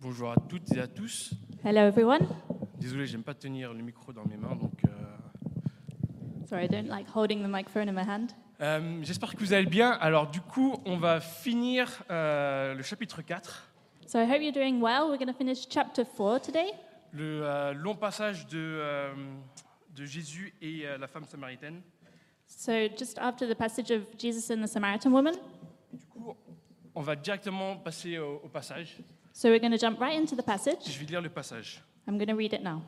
Bonjour à toutes et à tous. Hello, everyone. Désolé, j'aime pas tenir le micro dans mes mains, donc. euh, Sorry, I don't like holding the microphone in my hand. euh, J'espère que vous allez bien. Alors, du coup, on va finir euh, le chapitre 4, So I hope you're doing well. We're going to finish chapter 4 today. le euh, long passage de, euh, de Jésus et euh, la femme samaritaine. So just after the passage of Jesus and the Samaritan woman. Du coup, on va directement passer au, au passage. So we're going to jump right into the passage. Je vais lire le passage. I'm going to read it now.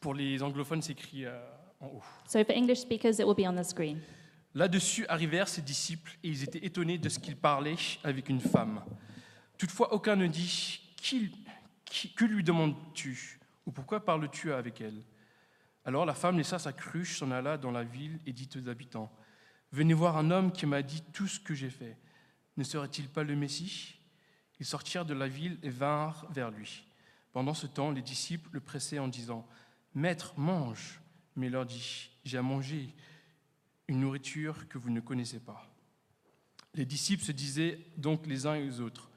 Pour les anglophones, c'est écrit euh, en haut. So for English speakers, it will be on the screen. Là-dessus arrivèrent ses disciples et ils étaient étonnés de ce qu'il parlait avec une femme. Toutefois, aucun ne dit Qui- qui- Que lui demandes-tu Ou pourquoi parles-tu avec elle Alors la femme laissa sa cruche, s'en alla dans la ville et dit aux habitants Venez voir un homme qui m'a dit tout ce que j'ai fait. Ne serait-il pas le Messie Ils sortirent de la ville et vinrent vers lui. Pendant ce temps, les disciples le pressaient en disant Maître, mange Mais il leur dit J'ai à manger une nourriture que vous ne connaissez pas. Les disciples se disaient donc les uns aux autres,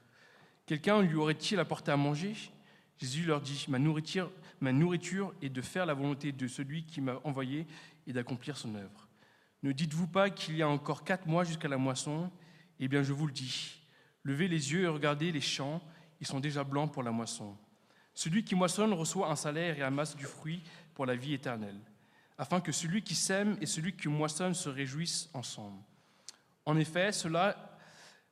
quelqu'un lui aurait-il apporté à manger Jésus leur dit, ma nourriture, ma nourriture est de faire la volonté de celui qui m'a envoyé et d'accomplir son œuvre. Ne dites-vous pas qu'il y a encore quatre mois jusqu'à la moisson Eh bien, je vous le dis, levez les yeux et regardez les champs, ils sont déjà blancs pour la moisson. Celui qui moissonne reçoit un salaire et amasse du fruit pour la vie éternelle afin que celui qui sème et celui qui moissonne se réjouissent ensemble. En effet, cela,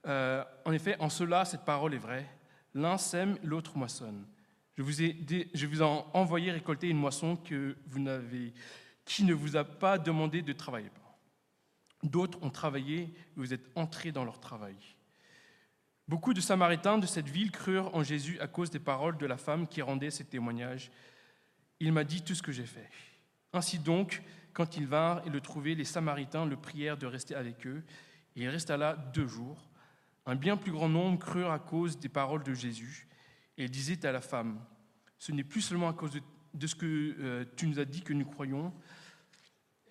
euh, en effet, en cela, cette parole est vraie. L'un sème, l'autre moissonne. Je vous, ai, dé- je vous ai en- envoyé récolter une moisson que vous n'avez, qui ne vous a pas demandé de travailler. D'autres ont travaillé et vous êtes entrés dans leur travail. Beaucoup de Samaritains de cette ville crurent en Jésus à cause des paroles de la femme qui rendait ses témoignages. Il m'a dit tout ce que j'ai fait. Ainsi donc, quand ils vinrent et le trouvaient, les Samaritains le prièrent de rester avec eux, et il resta là deux jours. Un bien plus grand nombre crurent à cause des paroles de Jésus, et ils disaient à la femme, ce n'est plus seulement à cause de, de ce que euh, tu nous as dit que nous croyons,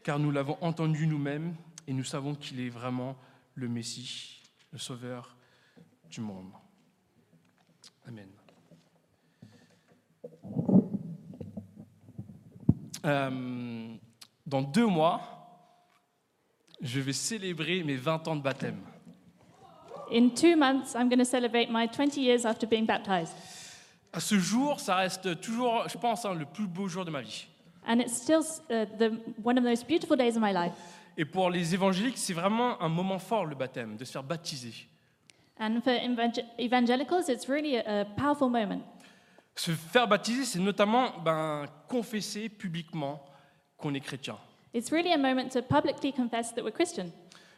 car nous l'avons entendu nous-mêmes, et nous savons qu'il est vraiment le Messie, le Sauveur du monde. Amen. Euh, dans deux mois, je vais célébrer mes 20 ans de baptême. In two months, I'm going to celebrate my 20 years after being baptized. À ce jour, ça reste toujours, je pense, hein, le plus beau jour de ma vie. And it's still uh, the, one of the most beautiful days of my life. Et pour les évangéliques, c'est vraiment un moment fort, le baptême, de se faire baptiser. And for evangel- evangelicals, it's really a, a powerful moment. Se faire baptiser, c'est notamment ben, confesser publiquement qu'on est chrétien. It's really a moment to publicly confess that we're Christian.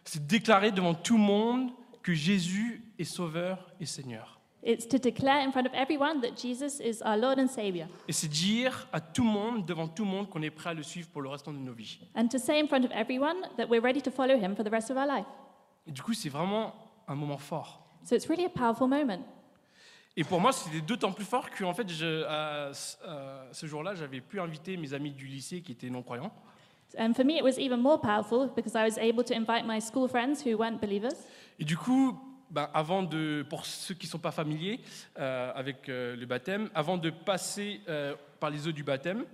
C'est déclarer devant tout le monde que Jésus est Sauveur et Seigneur. It's to declare in front of everyone that Jesus is our Lord and Savior, Et c'est dire à tout le monde, devant tout le monde, qu'on est prêt à le suivre pour le restant de nos vies. and to say in front of everyone that we're ready to follow Him for the rest of our life. Et du coup, c'est vraiment un moment fort. So it's really a powerful moment. Et pour moi, c'était d'autant plus fort que, en fait, je, à ce- à ce jour-là, j'avais pu inviter mes amis du lycée qui étaient non-croyants. And for me, it was even more powerful because I was able to invite my school friends who weren't believers. Et du coup, ben, avant de, pour ceux qui ne sont pas familiers euh, avec euh, le baptême, avant de passer euh, par les eaux du baptême,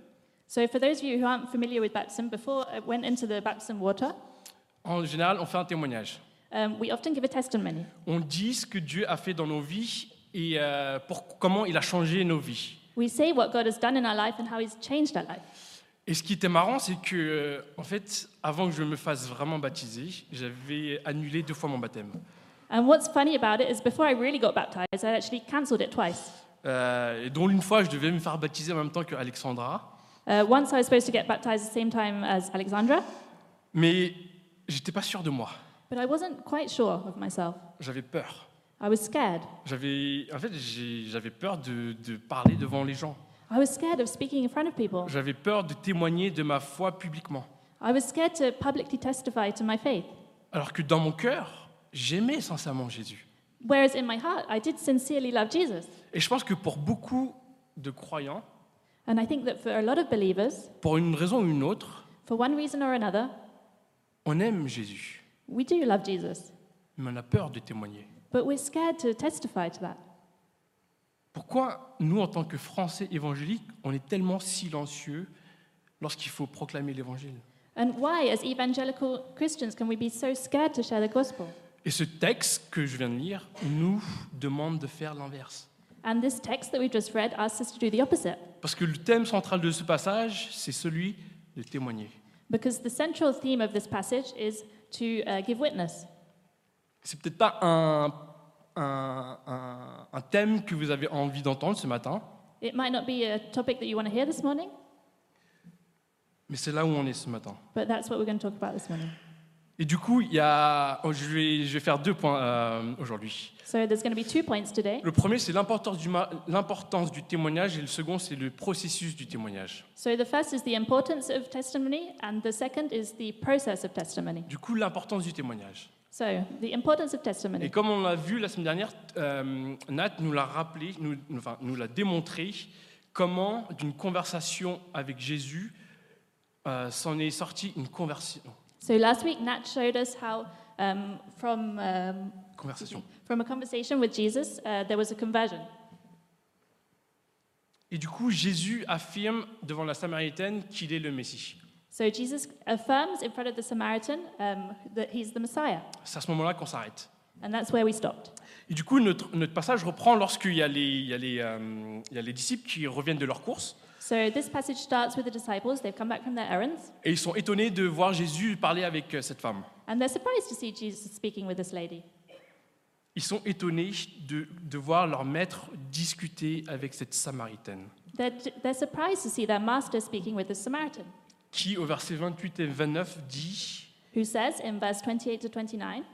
So for those of you who aren't familiar with baptism, before I went into the baptism water, en général, on fait un témoignage. um, we often give a testimony. On dit ce que Dieu a fait dans nos vies et euh, pour- comment il a changé nos vies. We say what God has done in our life and how He's changed our life. Et ce qui était marrant, c'est que, euh, en fait, avant que je me fasse vraiment baptiser, j'avais annulé deux fois mon baptême. And what's funny about it is before I really got baptized, I actually cancelled it twice. Euh, et dont une fois, je devais me faire baptiser en même temps qu'Alexandra. Uh, once I was supposed to get baptized the same time as Alexandra, Mais j'étais pas sûr de moi. but I wasn't quite sure of myself. J'avais peur. I was scared. J'avais, en fait, j'ai- j'avais peur de, de parler devant les gens. I was scared of speaking in front of people. J'avais peur de témoigner de ma foi publiquement. I was scared to publicly testify to my faith. Alors que dans mon cœur, j'aimais sincèrement Jésus. Whereas in my heart, I did sincerely love Jesus. Et je pense que pour beaucoup de croyants, And I think that for a lot of believers, pour une raison ou une autre, for one reason or another, on aime Jésus, we do love Jesus, mais on a peur de témoigner. But we're scared to testify to that. Pourquoi nous, en tant que Français évangéliques, on est tellement silencieux lorsqu'il faut proclamer l'Évangile And why, as evangelical Christians, can we be so scared to share the gospel? Et ce texte que je viens de lire nous demande de faire l'inverse. And this text that we just read asks us to do the opposite, Parce que le thème central de ce passage, c'est celui de témoigner. because the central theme of this passage is to uh, give witness. C'est peut-être pas un, un- un- un thème que vous avez envie d'entendre ce matin, It might not be a topic that you want to hear this morning, mais c'est là où on est ce matin. but that's what we're going to talk about this morning. Et du coup, il y a, oh, je, vais, je vais faire deux points euh, aujourd'hui. So there's going to be two points today. Le premier, c'est l'importance du, ma- l'importance du témoignage, et le second, c'est le processus du témoignage. So the first is the importance of testimony, and the second is the process of testimony. Du coup, l'importance du témoignage. So the importance of Et testimony. comme on l'a vu la semaine dernière, euh, Nat nous l'a rappelé, nous, nous- enfin, nous l'a démontré, comment d'une conversation avec Jésus euh, s'en est sortie une conversion. So last week, Nat showed us how um, from um, conversation. from a conversation with Jesus, uh, there was a conversion. Et du coup, Jésus affirme devant la Samaritaine qu'il est le Messie. So Jesus affirms in front of the Samaritan um, that he's the Messiah, C'est à ce moment-là qu'on s'arrête. and that's where we stopped. Et du coup, notre, notre passage reprend lorsqu'il y, a les- il y a les, euh, il y a les disciples qui reviennent de leur course So this passage starts with the disciples. They've come back from their errands, et ils sont étonnés de voir Jésus parler avec euh, cette femme. and they're surprised to see Jesus speaking with this lady. Ils sont étonnés de, de voir leur maître discuter avec cette Samaritaine. They're, they're surprised to see their master speaking with the Samaritan, qui, au verset 28 et 29, dit who says in verse 28 to 29,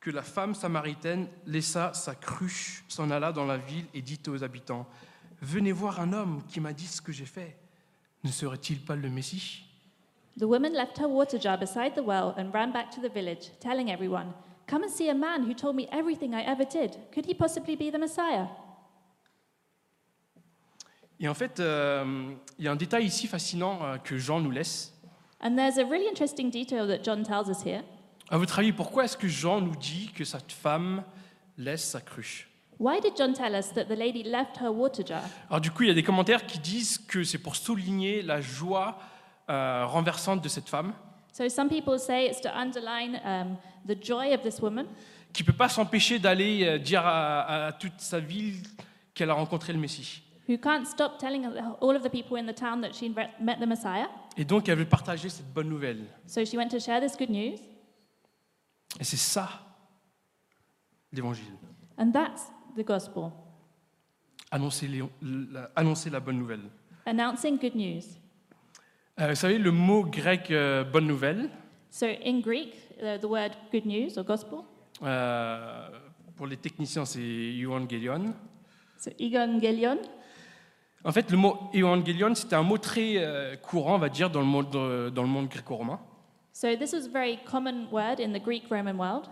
que la femme samaritaine laissa sa cruche, s'en alla dans la ville et dit aux habitants Venez voir un homme qui m'a dit ce que j'ai fait. Ne serait-il pas le Messie The woman left her water jar beside the well and ran back to the village, telling everyone, Come and see a man who told me everything I ever did. Could he possibly be the Messiah? Et en fait, euh, il y a un détail ici fascinant euh, que Jean nous laisse. And there's a really interesting detail that John tells us here. À votre avis, pourquoi est-ce que Jean nous dit que cette femme laisse sa cruche Why did John tell us that the lady left her water jar? Alors, du coup, il y a des commentaires qui disent que c'est pour souligner la joie euh, renversante de cette femme So some people say it's to underline um, the joy of this woman, qui peut pas s'empêcher d'aller euh, dire à, à toute sa ville qu'elle a rencontré le Messie. who can't stop telling all of the people in the town that she met met the Messiah. Et donc elle veut partager cette bonne nouvelle. So she went to share this good news, Et c'est ça l'évangile. and that's the gospel, Annoncer, les- la, annoncer la bonne nouvelle. announcing good news. Euh, vous savez, le mot grec euh, bonne nouvelle, So in Greek, uh, the word good news or gospel, euh, pour les techniciens, c'est euangelion. so evangelion, En fait, le mot euangelion, c'était un mot très euh, courant, on va dire, dans le monde, euh, dans le monde gréco-romain, so this was a very common word in the Greek Roman world,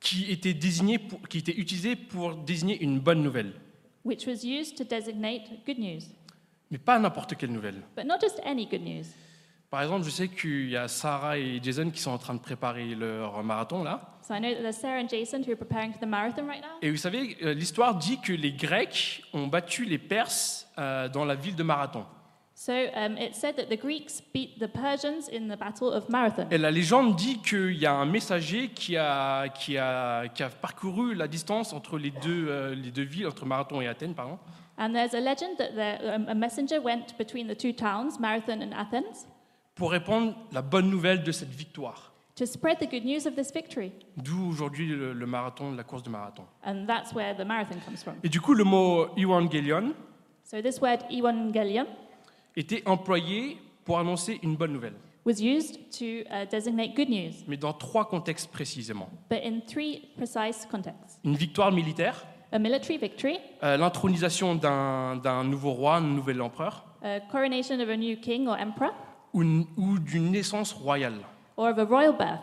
qui était, désigné pour- qui était utilisé pour désigner une bonne nouvelle. which was used to designate good news, Mais pas n'importe quelle nouvelle. but not just any good news. Par exemple, je sais qu'il y a Sarah et Jason qui sont en train de préparer leur marathon là. So I know that there's Sarah and Jason who are preparing for the marathon right now. Et vous savez, euh, l'histoire dit que les Grecs ont battu les Perses euh, dans la ville de Marathon. So um, it said that the Greeks beat the Persians in the Battle of Marathon. Et la légende dit qu'il y a un messager qui a, qui, a, qui a parcouru la distance entre les deux, euh, les deux villes, entre Marathon et Athènes, pardon. And there's a legend that the, um, a messenger went between the two towns, Marathon and Athens, pour répandre la bonne nouvelle de cette victoire. to spread the good news of this victory. D'où aujourd'hui le, le marathon, la course de marathon. And that's where the marathon comes from. Et du coup, le mot Evangelion So this word evangelion était employé pour annoncer une bonne nouvelle, was used to uh, designate good news, mais dans trois contextes précisément. but in three precise contexts Une victoire militaire, a military victory, euh, l'intronisation d'un d'un nouveau roi, un nouvel empereur, a coronation of a new king or emperor, ou, n- ou d'une naissance royale. or of a royal birth.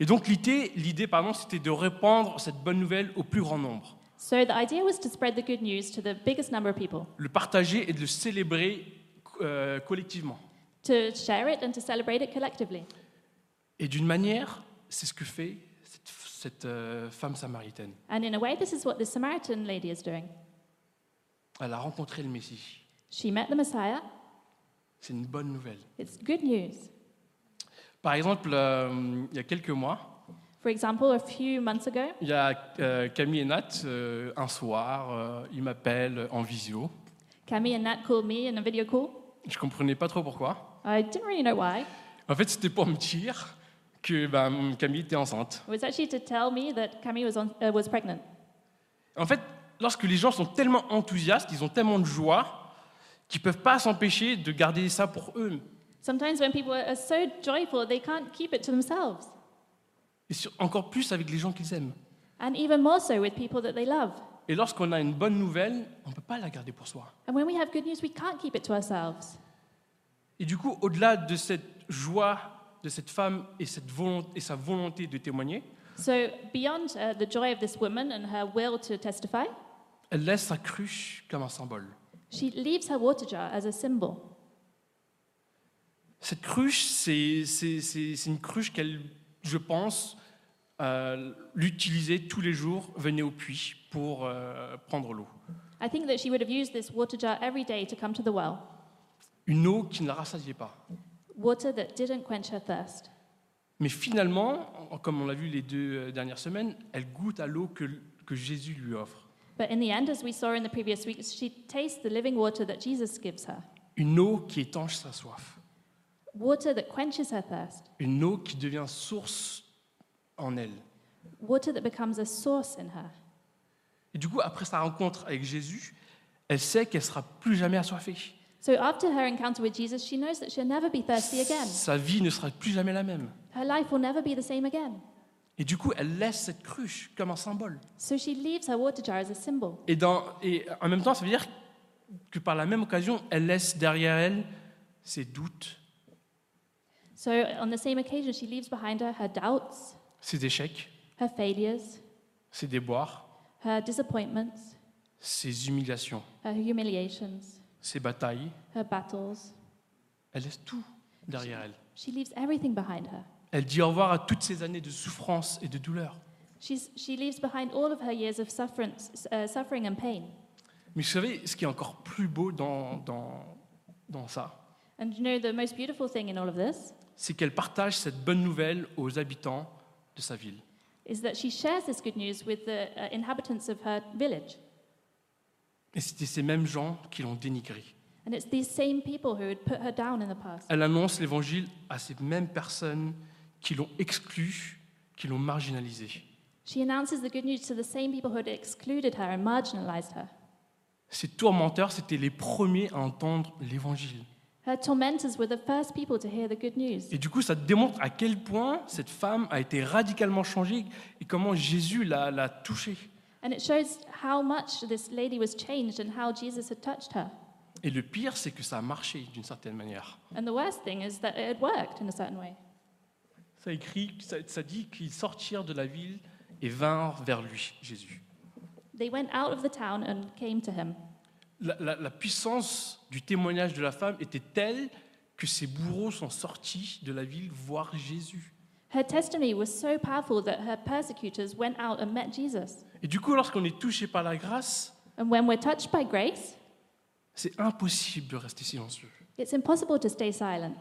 Et donc l'idée, l'idée pardon, c'était de répandre cette bonne nouvelle au plus grand nombre, So the idea was to spread the good news to the biggest number of people, le partager et de le célébrer euh, collectivement. to share it and to celebrate it collectively. Et d'une manière, c'est ce que fait cette, cette euh, femme samaritaine. And in a way, this is what this Samaritan lady is doing. Elle a rencontré le Messie. She met the Messiah. C'est une bonne nouvelle. It's good news. Par exemple, euh, il y a quelques mois, For example, a few months ago, il y a euh, Camille et Nat, euh, un soir, euh, ils m'appellent en visio. Cami and Nat called me in a video call. Je comprenais pas trop pourquoi. I didn't really know why. En fait, c'était pour me dire que ben, Camille était enceinte. It was actually to tell me that Cami was, on, uh, was pregnant. En fait, lorsque les gens sont tellement enthousiastes, ils ont tellement de joie, qu'ils peuvent pas s'empêcher de garder ça pour eux. Sometimes when people are so joyful, they can't keep it to themselves. Et sur- encore plus avec les gens qu'ils aiment. And even more so with people that they love. Et lorsqu'on a une bonne nouvelle, on ne peut pas la garder pour soi. And when we have good news, we can't keep it to ourselves. Et du coup, au-delà de cette joie de cette femme et, cette volonté, et sa volonté de témoigner, So, beyond uh, the joy of this woman and her will to testify, elle laisse sa cruche comme un symbole. she leaves her water jar as a symbol. Cette cruche, c'est c'est- c'est- c'est une cruche qu'elle, je pense, euh, l'utilisait tous les jours, venait au puits pour euh, prendre l'eau. I think that she would have used this water jar every day to come to the well, Une eau qui ne la rassasiait pas. water that didn't quench her thirst. Mais finalement, en- comme on l'a vu les deux euh, dernières semaines, elle goûte à l'eau que, que Jésus lui offre. But in the end, as we saw in the previous weeks, she tastes the living water that Jesus gives her, Une eau qui étanche sa soif. water that quenches her thirst, Une eau qui devient source en elle. water that becomes a source in her. Et du coup, après sa rencontre avec Jésus, elle sait qu'elle sera plus jamais assoiffée. So after her encounter with Jesus, she knows that she'll never be thirsty again. Sa vie ne sera plus jamais la même. Her life will never be the same again. Et du coup, elle laisse cette cruche comme un symbole. So she leaves her water jar as a symbol. Et, dans- et en même temps, ça veut dire que par la même occasion, elle laisse derrière elle ses doutes, So on the same occasion, she leaves behind her her doubts, ses échecs, her failures, ses déboires, her disappointments, ses humiliations, her humiliations, ses batailles. her battles. Elle laisse tout derrière elle. She leaves everything behind her. Elle dit au revoir à toutes ces années de souffrance et de douleur. She's, she leaves behind all of her years of sufferance, uh, suffering and pain. Mais vous savez, ce qui est encore plus beau dans, dans, dans ça, And you know the most beautiful thing in all of this c'est qu'elle partage cette bonne nouvelle aux habitants de sa ville. is that she shares this good news with the uh, inhabitants of her village. Et c'était ces mêmes gens qui l'ont dénigrée. And it's these same people who had put her down in the past. Elle annonce l'évangile à ces mêmes personnes qui l'ont exclue, qui l'ont marginalisée. She announces the good news to the same people who had excluded her and marginalized her. Ces tourmenteurs, c'était les premiers à entendre l'évangile. Her tormentors were the first people to hear the good news. Et du coup, ça démontre à quel point cette femme a été radicalement changée et comment Jésus l'a l'a touchée. And it shows how much this lady was changed and how Jesus had touched her. Et le pire, c'est que ça a marché d'une certaine manière. And the worst thing is that it had worked in a certain way. Ça écrit, ça, ça dit qu'ils sortirent de la ville et vinrent vers lui, Jésus. They went out of the town and came to him. La, la- la puissance du témoignage de la femme était telle que ses bourreaux sont sortis de la ville voir Jésus. Her testimony was so powerful that her persecutors went out and met Jesus. Et du coup, lorsqu'on est touché par la grâce, And when we're touched by grace, c'est impossible de rester silencieux. it's impossible to stay silent.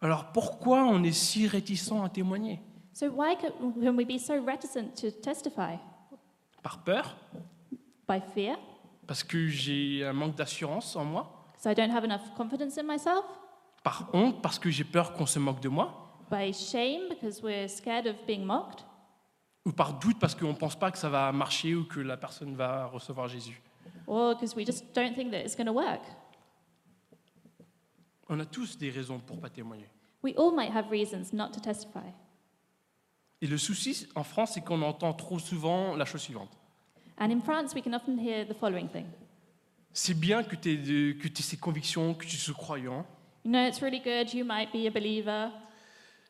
Alors pourquoi on est si réticent à témoigner So, why can can we be so reticent to testify? Par peur By fear? Parce que j'ai un manque d'assurance en moi Because I don't have enough confidence in myself? Par honte Parce que j'ai peur qu'on se moque de moi By shame? Because we're scared of being mocked? Ou par doute parce qu'on ne pense pas que ça va marcher ou que la personne va recevoir Jésus Or because we just don't think that it's going to work? On a tous des raisons pour pas témoigner. We all might have reasons not to testify. Et le souci en France, c'est qu'on entend trop souvent la chose suivante. And in France, we can often hear the following thing C'est bien que tu aies, ces convictions, que tu sois croyant. You know, it's really good, you might be a believer,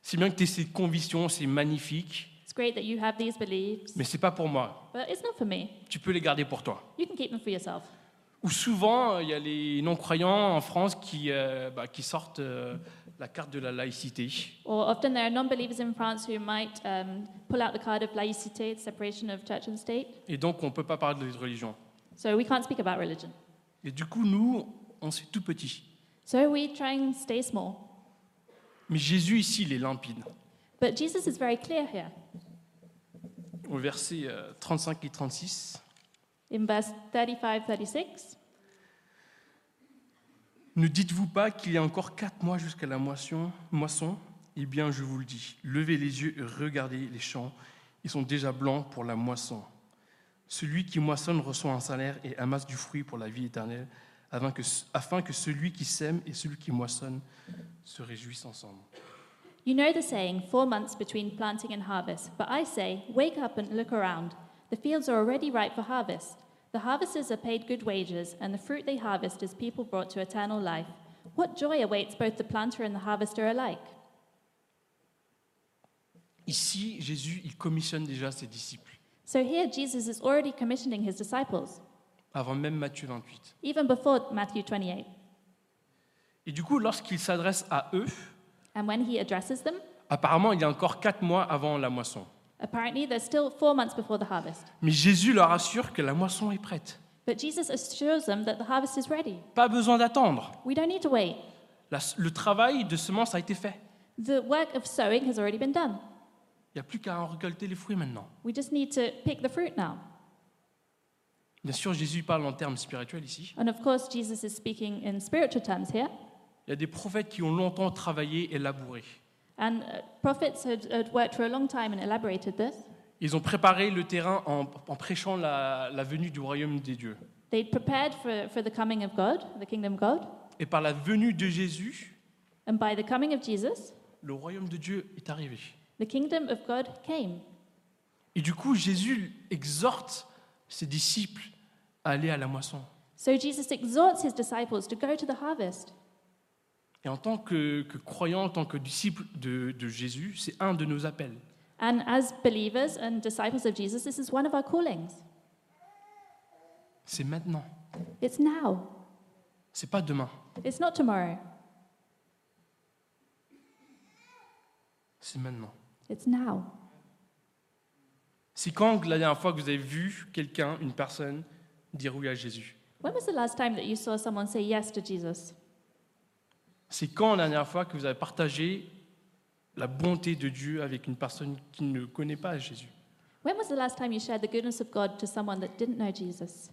C'est bien que tu aies ces convictions, c'est magnifique. it's great that you have these beliefs, Mais c'est pas pour moi. but it's not for me. Tu peux les garder pour toi. You can keep them for yourself. où souvent euh, il y a les non-croyants en France qui, euh, bah, qui sortent euh, la carte de la laïcité. Or often there are non believers in France who might um, pull out the card of laïcité, the separation of church and state. Et donc on ne peut pas parler de religion. So we can't speak about religion. Et du coup, nous, on s'est tout petit. So we try and stay small. Mais Jésus ici, il est limpide. But Jesus is very clear here. Au verset euh, 35 et 36, In verse 35 36, ne dites-vous pas qu'il y a encore quatre mois jusqu'à la moisson, moisson Eh bien, je vous le dis, levez les yeux et regardez les champs, ils sont déjà blancs pour la moisson. Celui qui moissonne reçoit un salaire et amasse du fruit pour la vie éternelle, afin que, afin que celui qui sème et celui qui moissonne se réjouissent ensemble. You know the saying, four months between planting and harvest, but I say, wake up and look around. The fields are already ripe for harvest. The harvesters are paid good wages, and the fruit they harvest is people brought to eternal life. What joy awaits both the planter and the harvester alike? Ici, Jésus, il commissionne déjà ses disciples, So here Jesus is already commissioning his disciples, avant même Matthieu 28. even before Matthew 28. Et du coup, lorsqu'il s'adresse à eux, And when he addresses them, apparemment, il y a encore quatre mois avant la moisson. apparently there's still four months before the harvest. Mais Jésus leur assure que la moisson est prête. But Jesus assures them that the harvest is ready. Pas besoin d'attendre. We don't need to wait. La- Le travail de semence a été fait. The work of sowing has already been done. Il n'y a plus qu'à en récolter les fruits maintenant. We just need to pick the fruit now. Bien sûr, Jésus parle en termes spirituels ici. And of course, Jesus is speaking in spiritual terms here. Il y a des prophètes qui ont longtemps travaillé et labouré. And uh, prophets had, had worked for a long time and elaborated this. Ils ont préparé le terrain en, en prêchant la, la venue du royaume des dieux. They'd prepared for, for the coming of God, the kingdom of God. Et par la venue de Jésus, And by the coming of Jesus, le royaume de Dieu est arrivé. the kingdom of God came. Et du coup, Jésus exhorte ses disciples à aller à la moisson. So Jesus exhorts his disciples to go to the harvest. Et en tant que, que croyant, en tant que disciple de, de Jésus, c'est un de nos appels. And as believers and disciples of Jesus, this is one of our callings. C'est maintenant, It's now, c'est pas demain, it's not tomorrow, c'est maintenant. it's now. C'est quand la dernière fois que vous avez vu quelqu'un, une personne, dire oui à Jésus When was the last time that you saw someone say yes to Jesus? C'est quand la dernière fois que vous avez partagé la bonté de Dieu avec une personne qui ne connaît pas Jésus When was the last time you shared the goodness of God to someone that didn't know Jesus?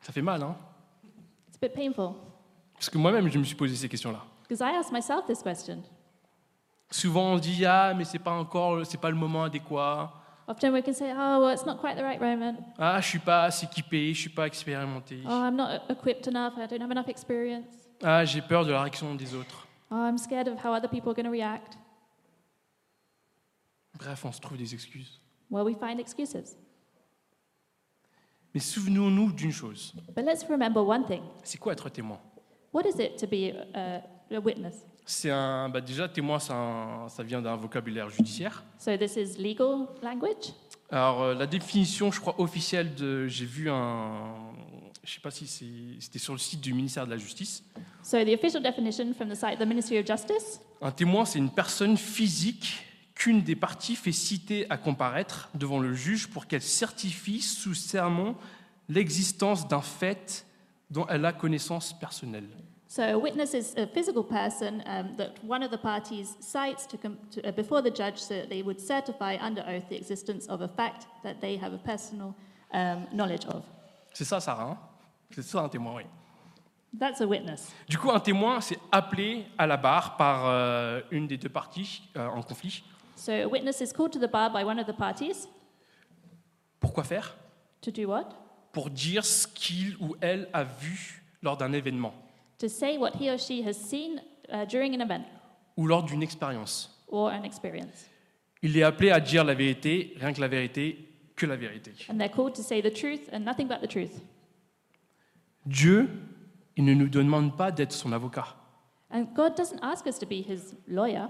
Ça fait mal, hein It's a bit painful Parce que moi-même, je me suis posé ces questions-là. because I asked myself this question. Souvent, on dit ah, mais c'est pas encore, c'est pas le moment adéquat. Often we can say, oh, well, it's not quite the right moment. Ah, je suis pas assez équipé, je suis pas expérimenté. Oh, I'm not equipped enough. I don't have enough experience. Ah, j'ai peur de la réaction des autres. Oh, I'm scared of how other people are going to react. Bref, on se trouve des excuses. Well, we find excuses. Mais souvenons-nous d'une chose. But let's remember one thing C'est quoi être témoin what is it to be a, a witness? C'est un, bah déjà témoin, c'est un- ça vient d'un vocabulaire judiciaire. So, this is legal language. Alors euh, la définition, je crois officielle de, j'ai vu un, je sais pas si c'est- c'était sur le site du ministère de la Justice. So, the official definition from the site of the Ministry of Justice Un témoin, c'est une personne physique qu'une des parties fait citer à comparaître devant le juge pour qu'elle certifie sous serment l'existence d'un fait dont elle a connaissance personnelle. So a witness is a physical person um, that one of the parties cites to com- to, uh, before the judge so that they would certify under oath the existence of a fact that they have a personal um, knowledge of. C'est ça, Sarah. hein c'est ça un témoin, oui. That's a witness. Du coup, un témoin, c'est appelé à la barre par euh, une des deux parties euh, en conflit. So a witness is called to the bar by one of the parties Pourquoi faire to do what? Pour dire ce qu'il ou elle a vu lors d'un événement To say what he or she has seen uh, during an event ou lors d'une expérience. or an experience. Il est appelé à dire la vérité, rien que la vérité, que la vérité. And they're called to say the truth and nothing but the truth. Dieu, il ne nous demande pas d'être son avocat. And God doesn't ask us to be his lawyer,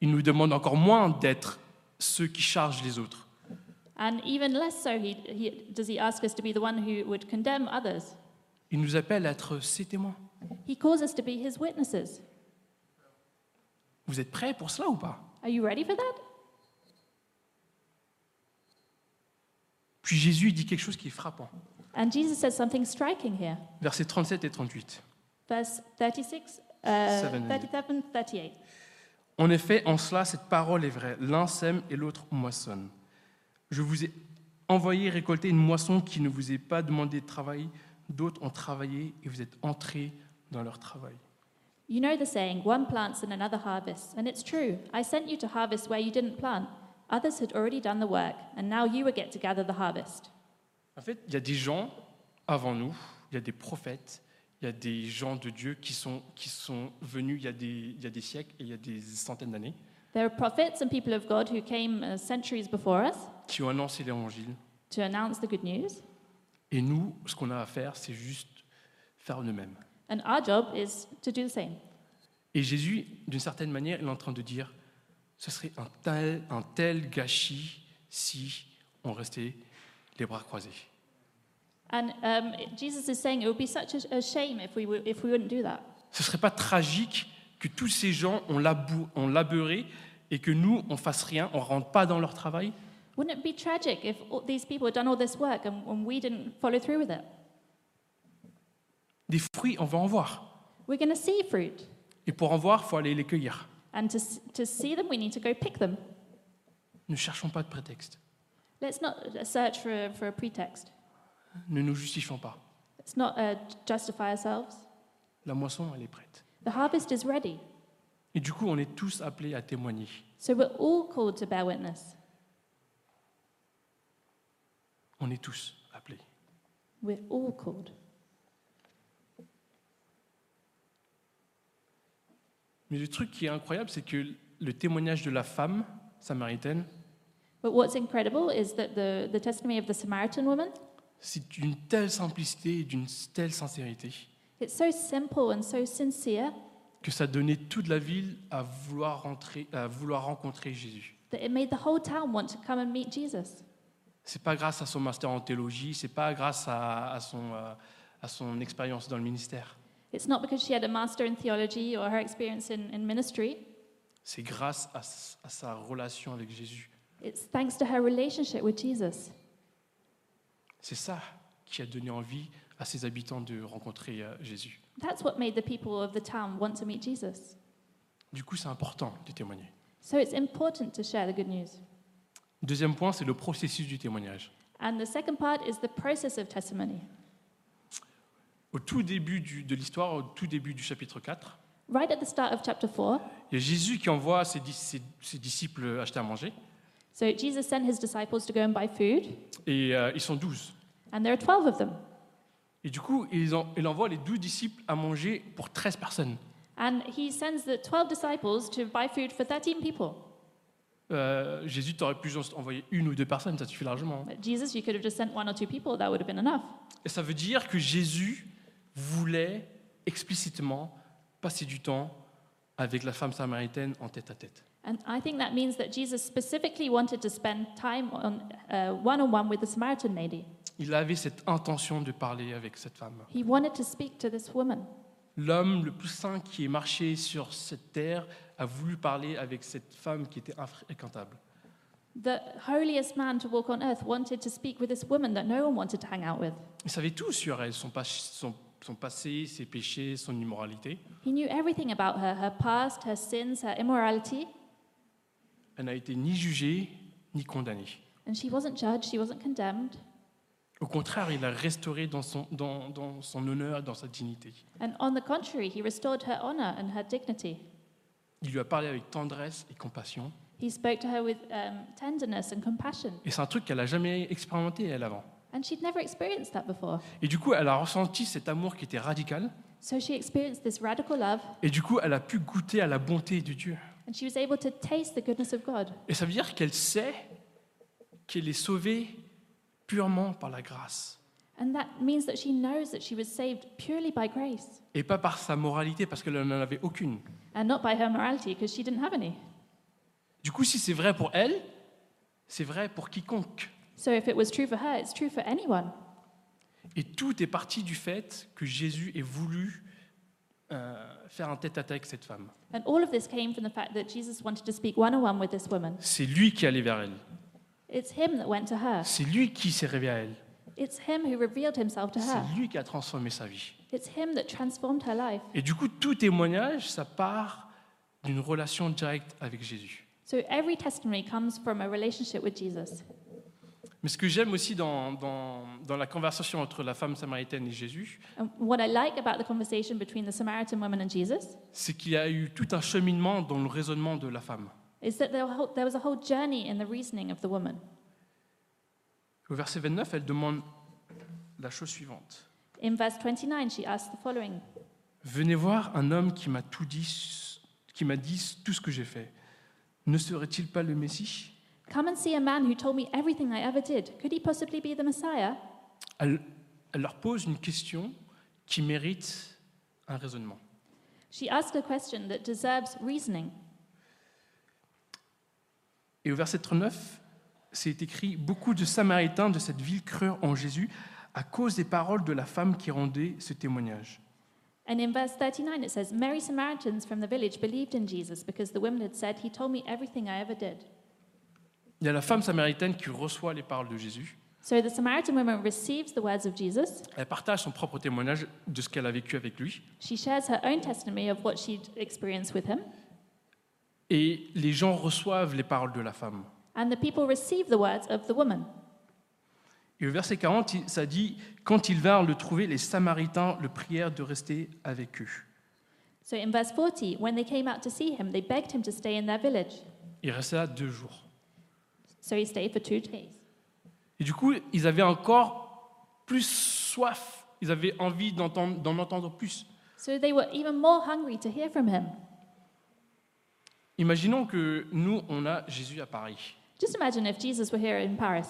Il nous demande encore moins d'être ceux qui chargent les autres. and even less so he, he, does he ask us to be the one who would condemn others. Il nous appelle à être ses témoins. He calls us to be his witnesses. Vous êtes prêts pour cela ou pas Are you ready for that? Puis Jésus il dit quelque chose qui est frappant. And Jesus says something striking here. Versets 37 et 38. Verse 36, uh, Seven and eight. 37, 38. En effet, en cela, cette parole est vraie. L'un sème et l'autre moissonne. Je vous ai envoyé récolter une moisson qui ne vous est pas demandé de travail. D'autres ont travaillé et vous êtes entrés dans leur travail. You know the saying, one plants and another harvests, and it's true. I sent you to harvest where you didn't plant. Others had already done the work, and now you will get to gather the harvest. En fait, il y a des gens avant nous, il y a des prophètes, il y a des gens de Dieu qui sont, qui sont venus il y, a des, il y a des siècles et il y a des centaines d'années, There are prophets and people of God who came uh, centuries before us qui ont annoncé l'évangile. to announce the good news, Et nous, ce qu'on a à faire, c'est juste faire de même. and our job is to do the same. Et Jésus, d'une certaine manière, il est en train de dire ce serait un tel, un tel gâchis si on restait les bras croisés. And um, Jesus is saying it would be such a, a shame if we, wou- if we wouldn't do that. Ce serait pas tragique que tous ces gens ont, labou- ont labouré et que nous, on fasse rien, on rentre pas dans leur travail Wouldn't it be tragic if all these people had done all this work and, and we didn't follow through with it? Des fruits, on va en voir. We're going to see fruit, Et pour en voir, faut aller les cueillir. and to, s- to see them, we need to go pick them. Ne cherchons pas de prétexte. Let's not uh, search for a, for a pretext. Ne nous justifions pas. Let's not uh, justify ourselves. La moisson, elle est prête. The harvest is ready, Et du coup, on est tous appelés à témoigner. so we're all called to bear witness. On est tous appelés. We're all called. Mais le truc qui est incroyable, c'est que le témoignage de la femme samaritaine, But what's incredible is that the, the testimony of the Samaritan woman, c'est d'une telle simplicité et d'une telle sincérité it's so simple and so sincere que ça donnait toute la ville à vouloir, rentrer, à vouloir rencontrer Jésus. that it made the whole town want to come and meet Jesus. C'est pas grâce à son master en théologie, c'est pas grâce à, à son, euh, à son expérience dans le ministère. It's not because she had a master in theology or her experience in, in ministry. C'est grâce à, s- à sa relation avec Jésus. It's thanks to her relationship with Jesus. C'est ça qui a donné envie à ses habitants de rencontrer euh, Jésus. That's what made the people of the town want to meet Jesus. Du coup, c'est important de témoigner. So it's important to share the good news. Deuxième point, c'est le processus du témoignage. And the second part is the process of testimony. Au tout début du- de l'histoire, au tout début du chapitre 4, Right at the start of chapter 4, il y a Jésus qui envoie ses, dis- ses- ses disciples acheter à manger, so Jesus sent his disciples to go and buy food, et euh, ils sont douze. and there are 12 of them. Et du coup, ils en- il envoie les douze disciples à manger pour 13 personnes. And he sends the 12 disciples to buy food for 13 people. Euh, Jésus, t'aurais pu juste envoyer une ou deux personnes, ça suffit largement. hein. But Jesus, you could have just sent one or two people, that would have been enough. Et ça veut dire que Jésus voulait explicitement passer du temps avec la femme samaritaine en tête à tête. And I think that means that Jesus specifically wanted to spend time on uh, one-on-one with the Samaritan lady. Il avait cette intention de parler avec cette femme. He wanted to speak to this woman. L'homme le plus saint qui ait marché sur cette terre a voulu parler avec cette femme qui était infréquentable. The holiest man to walk on earth wanted to speak with this woman that no one wanted to hang out with. Il savait tout sur elle, son, pas- son- son passé, ses péchés, son immoralité. He knew everything about her her past, her sins, her immorality, Elle n'a été ni jugée ni condamnée. and she wasn't judged, she wasn't condemned. Au contraire, il l'a restaurée dans son, dans- dans son honneur, dans sa dignité. And on the contrary, he restored her honor and her dignity. Il lui a parlé avec tendresse et compassion. He spoke to her with um, tenderness and compassion, Et c'est un truc qu'elle n'a jamais expérimenté, elle, avant. and she'd never experienced that before. Et du coup, elle a ressenti cet amour qui était radical. So she experienced this radical love, Et du coup, elle a pu goûter à la bonté de Dieu. and she was able to taste the goodness of God. Et ça veut dire qu'elle sait qu'elle est sauvée purement par la grâce. And that means that she knows that she was saved purely by grace, Et pas par sa moralité, parce qu'elle n'en avait aucune. and not by her morality, because she didn't have any. Du coup, si c'est vrai pour elle, c'est vrai pour quiconque. So if it was true for her, it's true for anyone. Et tout est parti du fait que Jésus ait voulu euh, faire un tête-à-tête avec cette femme. And all of this came from the fact that Jesus wanted to speak one on one with this woman. C'est lui qui allait vers elle. It's him that went to her, C'est lui qui s'est révélé à elle. it's him who revealed himself to C'est her, lui qui a transformé sa vie. it's him that transformed her life. Et du coup, tout témoignage, ça part d'une relation directe avec Jésus. So every testimony comes from a relationship with Jesus. Mais ce que j'aime aussi dans, dans- dans la conversation entre la femme samaritaine et Jésus, And what I like about the conversation between the Samaritan woman and Jesus c'est qu'il y a eu tout un cheminement dans le raisonnement de la femme. is that there were whole- there was a whole journey in the reasoning of the woman. Au verset 29, elle demande la chose suivante. In verse 29, she asks the following Venez voir un homme qui m'a tout dit, qui m'a dit tout ce que j'ai fait. Ne serait-il pas le Messie Come and see a man who told me everything I ever did. Could he possibly be the Messiah? elle, elle leur pose une question qui mérite un raisonnement. She asks a question that deserves reasoning. Et au verset 39, c'est écrit Beaucoup de Samaritains de cette ville crurent en Jésus à cause des paroles de la femme qui rendait ce témoignage. And in verse 39, it says, Many Samaritans from the village believed in Jesus because the woman had said, He told me everything I ever did. Il y a la femme samaritaine qui reçoit les paroles de Jésus. So the Samaritan woman receives the words of Jesus. Elle partage son propre témoignage de ce qu'elle a vécu avec lui. She shares her own testimony of what she'd experienced with him. Et les gens reçoivent les paroles de la femme. And the people receive the words of the woman. Et au verset 40, il- ça dit Quand ils vinrent le trouver, les Samaritains le prièrent de rester avec eux. So in verse 40, when they came out to see him, they begged him to stay in their village. Il restait là deux jours. So he stayed for two days. Et du coup, ils avaient encore plus soif. Ils avaient envie d'entendre- d'en entendre plus. So they were even more hungry to hear from him. Imaginons que nous, on a Jésus à Paris, Just imagine if Jesus were here in Paris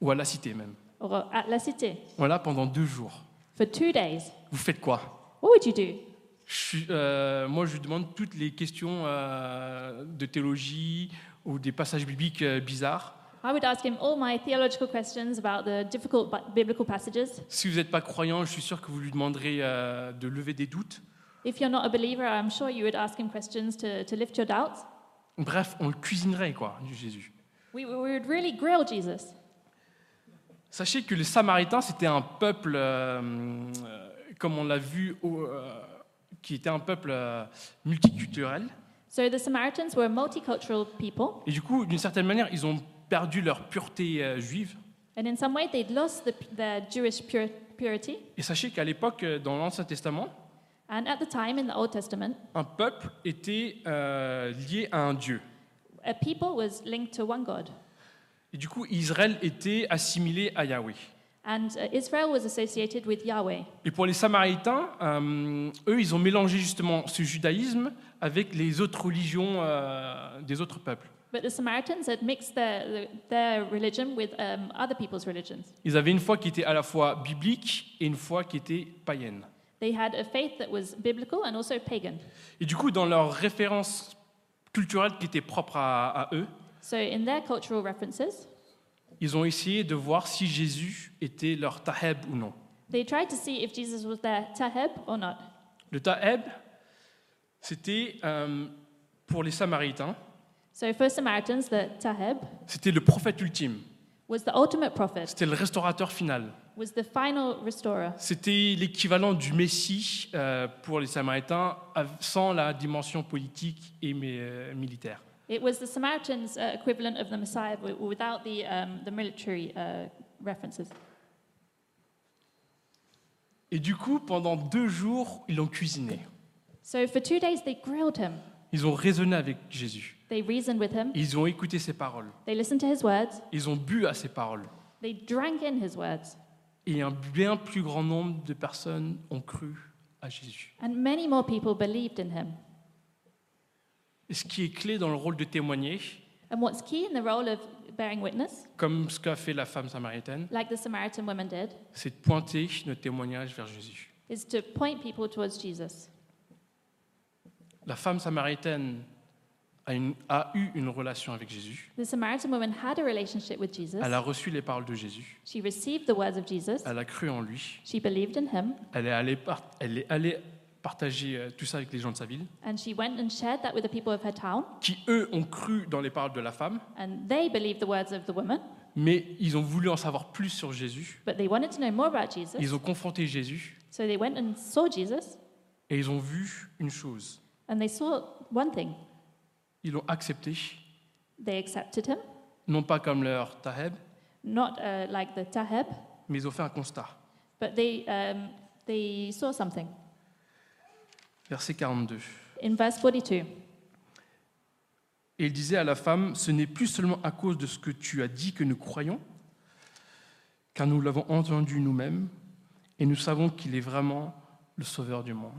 ou à la cité même. or at La Cité On l'a pendant deux jours. for two days. Vous faites quoi What would you do? Je suis- euh, Moi, je lui demande toutes les questions euh, de théologie ou des passages bibliques euh, bizarres. I would ask him all my theological questions about the difficult bi- biblical passages. Si vous n'êtes pas croyant, je suis sûr que vous lui demanderez euh, de lever des doutes. If you're not a believer, I'm sure you would ask him questions to, to lift your doubts. Bref, on le cuisinerait, quoi, Jésus. We, we would really grill Jesus. Sachez que les Samaritains, c'était un peuple, euh, euh, comme on l'a vu, au- euh, qui était un peuple euh, multiculturel. So the Samaritans were a multicultural people, Et du coup, d'une certaine manière, ils ont perdu leur pureté euh, juive. and in some way they'd lost the, their Jewish pure, purity. Et sachez qu'à l'époque, euh, dans l'Ancien Testament, And at the time in the Old Testament, un peuple était euh, lié à un dieu. a people was linked to one God, Et du coup, Israël était assimilé à Yahweh. and uh, Israel was associated with Yahweh. Et pour les Samaritains, euh, eux, ils ont mélangé justement ce judaïsme avec les autres religions euh, des autres peuples. But the Samaritans had mixed their, their religion with um, other people's religions. Ils avaient une foi qui était à la fois biblique et une foi qui était païenne. They had a faith that was biblical and also pagan. Et du coup, dans leurs références culturelles qui étaient propres à- à eux, So, in their cultural references, Ils ont essayé de voir si Jésus était leur taheb ou non. they tried to see if Jesus was their taheb or not. Le taheb, c'était euh, pour les Samaritains, So, for Samaritans, the taheb c'était le prophète ultime, was the ultimate prophet, c'était le restaurateur final, was the final restorer. c'était l'équivalent du Messie euh, pour les Samaritains av- sans la dimension politique et mi- euh, militaire. It was the Samaritans' uh, equivalent of the Messiah w- without the, um, the military uh, references. Et du coup, pendant deux jours, ils l'ont cuisiné. So, for two days, they grilled him. Ils ont raisonné avec Jésus. They reasoned with him. Ils ont écouté ses paroles. They listened to his words. Ils ont bu à ses paroles. They drank in his words. Et un bien plus grand nombre de personnes ont cru à Jésus. And many more people believed in him. Et ce qui est clé dans le rôle de témoigner, And what's key in the role of bearing witness, comme ce qu'a fait la femme samaritaine, like the Samaritan woman did, c'est de pointer notre témoignage vers Jésus. is to point people towards Jesus. La femme samaritaine a, une- a eu une relation avec Jésus, The Samaritan woman had a relationship with Jesus. elle a reçu les paroles de Jésus, She received the words of Jesus. elle a cru en lui, She believed in him. elle est allée, par- elle est allée partager euh, tout ça avec les gens de sa ville, And she went and shared that with the people of her town. qui eux ont cru dans les paroles de la femme, And they believed the words of the woman. mais ils ont voulu en savoir plus sur Jésus, But they wanted to know more about Jesus. ils ont confronté Jésus So they went and saw Jesus. et ils ont vu une chose, And they saw one thing ils l'ont accepté, they accepted him. non pas comme leur taheb, Not uh, like the Taheb, mais ils ont fait un constat. but they, um, they saw something. Verset 42. In verse 42, Et il disait à la femme, ce n'est plus seulement à cause de ce que tu as dit que nous croyons, car nous l'avons entendu nous-mêmes, et nous savons qu'il est vraiment le sauveur du monde.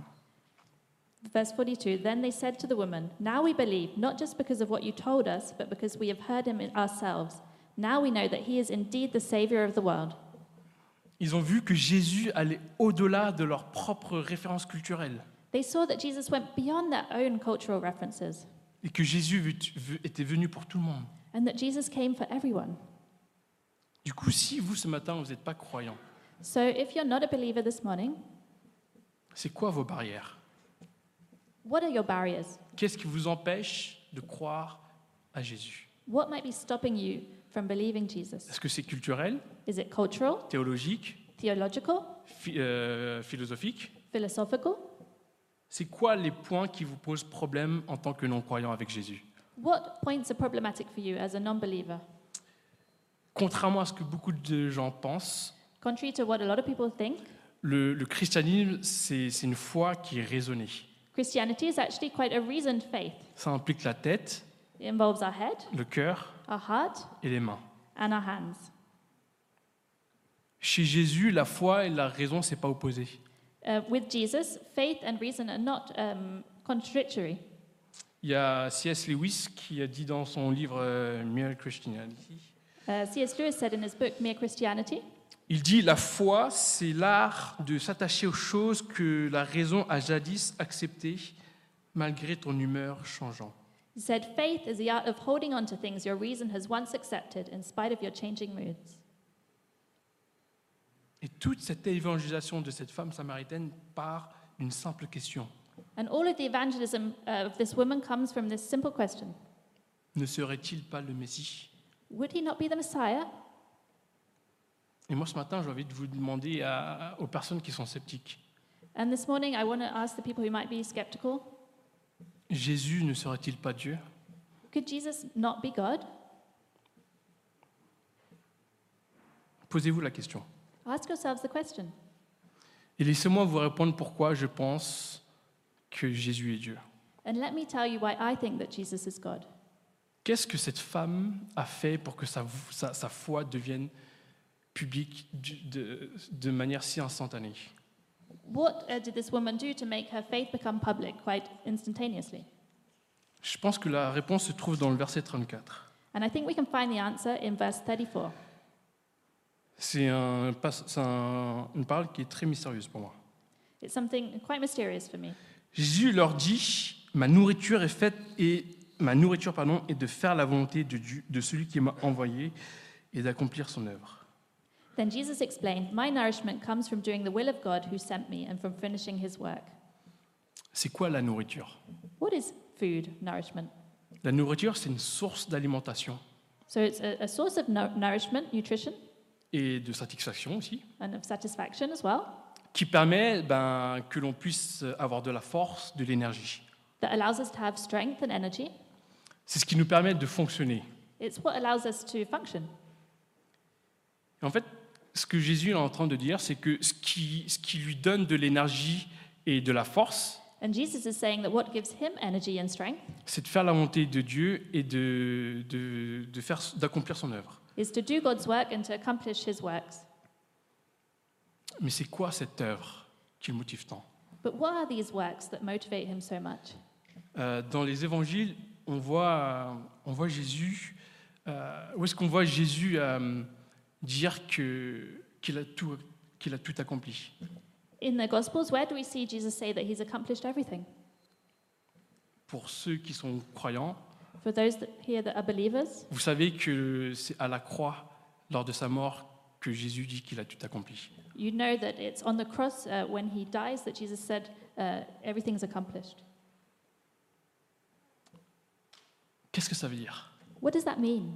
Verse 42 Then they said to the woman, Now we believe, not just because of what you told us, but because we have heard him in ourselves. Now we know that he is indeed the Savior of the world. Ils ont vu que Jésus allait au-delà de leurs propres références culturelles, They saw that Jesus went beyond their own cultural references et que Jésus vut- vu- était venu pour tout le monde. and that Jesus came for everyone. Du coup, si vous, ce matin, vous n'êtes pas croyant, So if you're not a believer this morning, c'est quoi vos barrières what are your barriers? Qu'est-ce qui vous empêche de croire à Jésus What might be stopping you from believing Jesus? Est-ce que c'est culturel, Is it cultural, théologique, theological, phi- euh, philosophique philosophical? C'est quoi les points qui vous posent problème en tant que non-croyant avec Jésus What points are problematic for you as a non believer? Contrairement à ce que beaucoup de gens pensent, Contrary to what a lot of people think, le, le christianisme, c'est c'est une foi qui est raisonnée. Christianity is actually quite a reasoned faith. Ça implique la tête, It involves our head, le cœur our heart, et les mains. and our hands. Chez Jésus, la foi et la raison, c'est pas opposé. Uh, with Jesus, faith and reason are not um, contradictory. Il y a C.S. Lewis qui a dit dans son livre euh, Mere Christianity, Uh, C.S. Lewis said in his book Mere Christianity il dit la foi, c'est l'art de s'attacher aux choses que la raison a jadis acceptées malgré ton humeur changeante. he said, Faith is the art of holding on to things your reason has once accepted in spite of your changing moods. Et toute cette évangélisation de cette femme samaritaine part d'une simple question. And all of the evangelism uh, of this woman comes from this simple question Ne serait-il pas le Messie Would he not be the Messiah? Et moi ce matin, j'ai envie de vous demander à- aux personnes qui sont sceptiques, And this morning, I want to ask the people who might be skeptical Jésus ne serait-il pas Dieu could Jesus not be God? Posez-vous la question. Ask yourselves the question. Et laissez-moi vous répondre pourquoi je pense que Jésus est Dieu. And let me tell you why I think that Jesus is God. Qu'est-ce que cette femme a fait pour que sa, sa- sa foi devienne publique du- de, de manière si instantanée What uh, did this woman do to make her faith become public quite instantaneously? Je pense que la réponse se trouve dans le verset 34. And I think we can find the answer in verse 34. C'est un pas- c'est un- une parole qui est très mystérieuse pour moi. It's something quite mysterious for me. Jésus leur dit Ma nourriture est faite et ma nourriture pardon, est de faire la volonté de, Dieu- de celui qui m'a envoyé et d'accomplir son œuvre. Then Jesus explained, My nourishment comes from doing the will of God who sent me and from finishing his work. C'est quoi la nourriture What is food nourishment? La nourriture, c'est une source d'alimentation So it's a, a source of no- nourishment, nutrition, et de satisfaction aussi, and of satisfaction as well, qui permet ben, que l'on puisse avoir de la force, de l'énergie. that allows us to have strength and energy. C'est ce qui nous permet de fonctionner. It's what allows us to function. En fait, ce que Jésus est en train de dire, c'est que ce qui, ce qui lui donne de l'énergie et de la force, And Jesus is saying that what gives him energy and strength c'est de faire la volonté de Dieu et de, de- de faire d'accomplir son œuvre. is to do God's work and to accomplish his works. Mais c'est quoi cette œuvre qui le motive tant But what are these works that motivate him so much? Euh, Dans les évangiles, on voit, on voit Jésus. euh, où est-ce qu'on voit Jésus euh, dire que, qu'il, a tout, qu'il a tout accompli In the Gospels, where do we see Jesus say that he's accomplished everything? Pour ceux qui sont croyants, For those that here that are believers, Vous savez que c'est à la croix, lors de sa mort, que Jésus dit qu'il a tout accompli. you know that it's on the cross uh, when he dies that Jesus said, uh, Everything's accomplished. Qu'est-ce que ça veut dire What does that mean?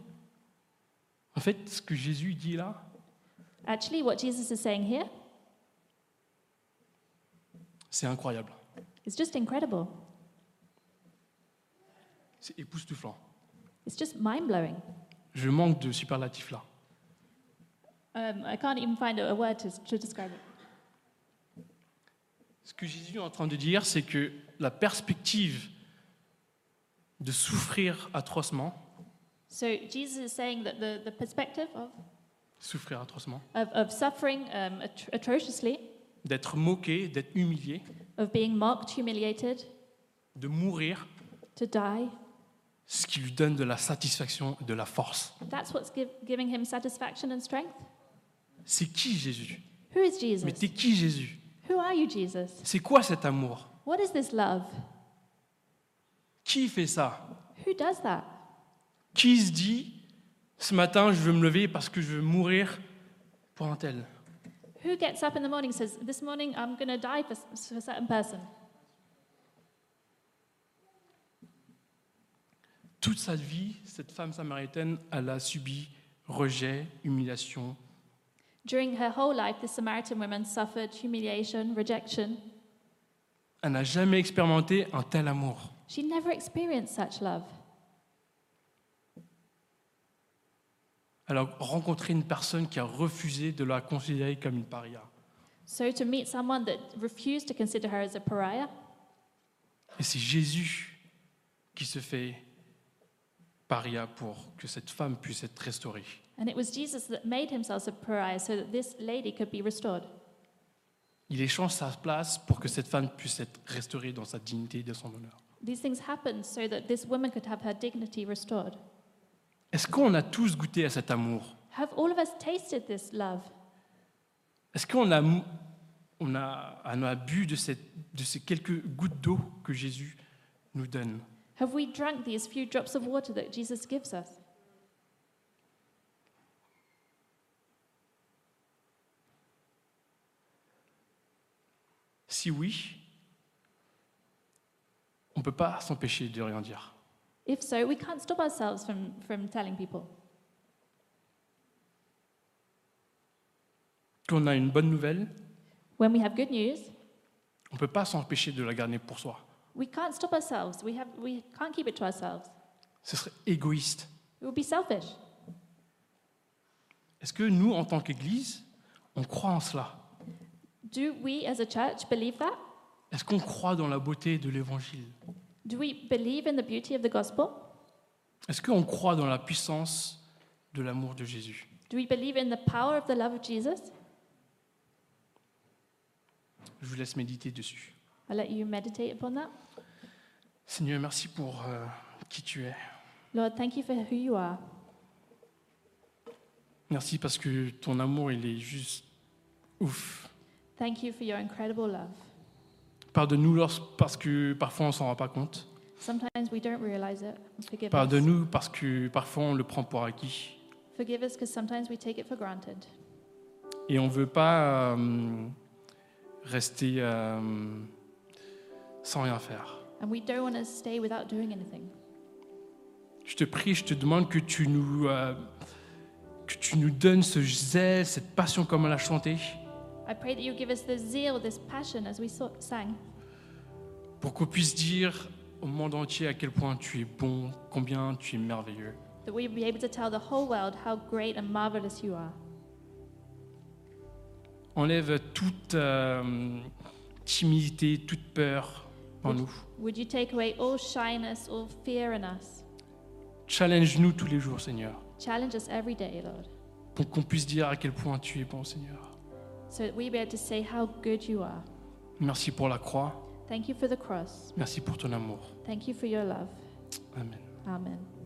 En fait, ce que Jésus dit là, Actually, what Jesus is saying here c'est incroyable. is just incredible. C'est époustouflant. It's just mind blowing. Je manque de superlatifs là. Um, I can't even find a, a word to, to describe it. Ce que Jésus est en train de dire, c'est que la perspective de souffrir atrocement, So, Jesus is saying that the, the perspective of, souffrir atrocement, of, of suffering um, atro- atrociously, d'être moqué, d'être humilié, of being mocked, humiliated, de mourir, to die, ce qui lui donne de la satisfaction, de la force. that's what's giv giving him satisfaction and strength. C'est qui Jésus Who is Mais Jesus? t'es qui Jésus Who are you, Jesus? C'est quoi cet amour What is this love? Qui fait ça Who does that? Qui se dit ce matin je veux me lever parce que je veux mourir pour un tel Who gets up in the morning and says, This morning I'm going to die for, s- for a certain person? Toute sa vie, cette femme samaritaine, elle a subi rejet, humiliation, During her whole life, the Samaritan woman suffered humiliation, rejection. Elle n'a jamais expérimenté un tel amour. She never experienced such love. Elle a rencontré une personne qui a refusé de la considérer comme une paria. So, to meet someone that refused to consider her as a pariah, Et c'est Jésus qui se fait paria pour que cette femme puisse être restaurée. and it was Jesus that made himself a pariah so that this lady could be restored. Il échange sa place pour que cette femme puisse être restaurée dans sa dignité et dans son honneur. These things happened so that this woman could have her dignity restored. Est-ce qu'on a tous goûté à cet amour Have all of us tasted this love? Est-ce qu'on a, on a, on a bu de, cette- de ces quelques gouttes d'eau que Jésus nous donne Have we drunk these few drops of water that Jesus gives us? Si oui, on ne peut pas s'empêcher de rien dire. If so, we can't stop ourselves from, from telling people. Quand on a une bonne nouvelle, When we have good news, on ne peut pas s'empêcher de la garder pour soi. we can't stop ourselves. We, have, we can't keep it to ourselves. Ce serait égoïste. It would be selfish. Est-ce que nous, en tant qu'Église, on croit en cela Do we as a church believe that? Est-ce qu'on croit dans la beauté de l'Évangile Do we believe in the beauty of the gospel? Est-ce qu'on croit dans la puissance de l'amour de Jésus Do we believe in the power of the love of Jesus? Je vous laisse méditer dessus. I'll let you meditate upon that. Seigneur, merci pour euh, qui tu es. Lord, thank you for who you are. Merci parce que ton amour, il est juste ouf. Thank you for your incredible love. Pardonne-nous lors- parce que parfois on s'en rend pas compte. Sometimes we don't realize it. Forgive us. Pardonne-nous parce que parfois on le prend pour acquis. Forgive us because sometimes we take it for granted. Et on ne veut pas euh, rester euh, sans rien faire. And we don't want to stay without doing anything. Je te prie, je te demande que tu nous, euh, que tu nous donnes ce zèle, cette passion comme on l'a chanté, I pray that you give us this zeal, this passion as we so- sang, pour qu'on puisse dire au monde entier à quel point tu es bon, combien tu es merveilleux. that we be able to tell the whole world how great and marvelous you are. Enlève toute euh, timidité, toute peur en nous. Would you take away all shyness, all fear in us? Challenge-nous tous les jours, Seigneur, Challenge us every day, Lord, pour qu'on puisse dire à quel point tu es bon, Seigneur. so that we be able to say how good you are. Merci pour la croix, Thank you for the cross. merci pour ton amour. Thank you for your love. Amen. Amen.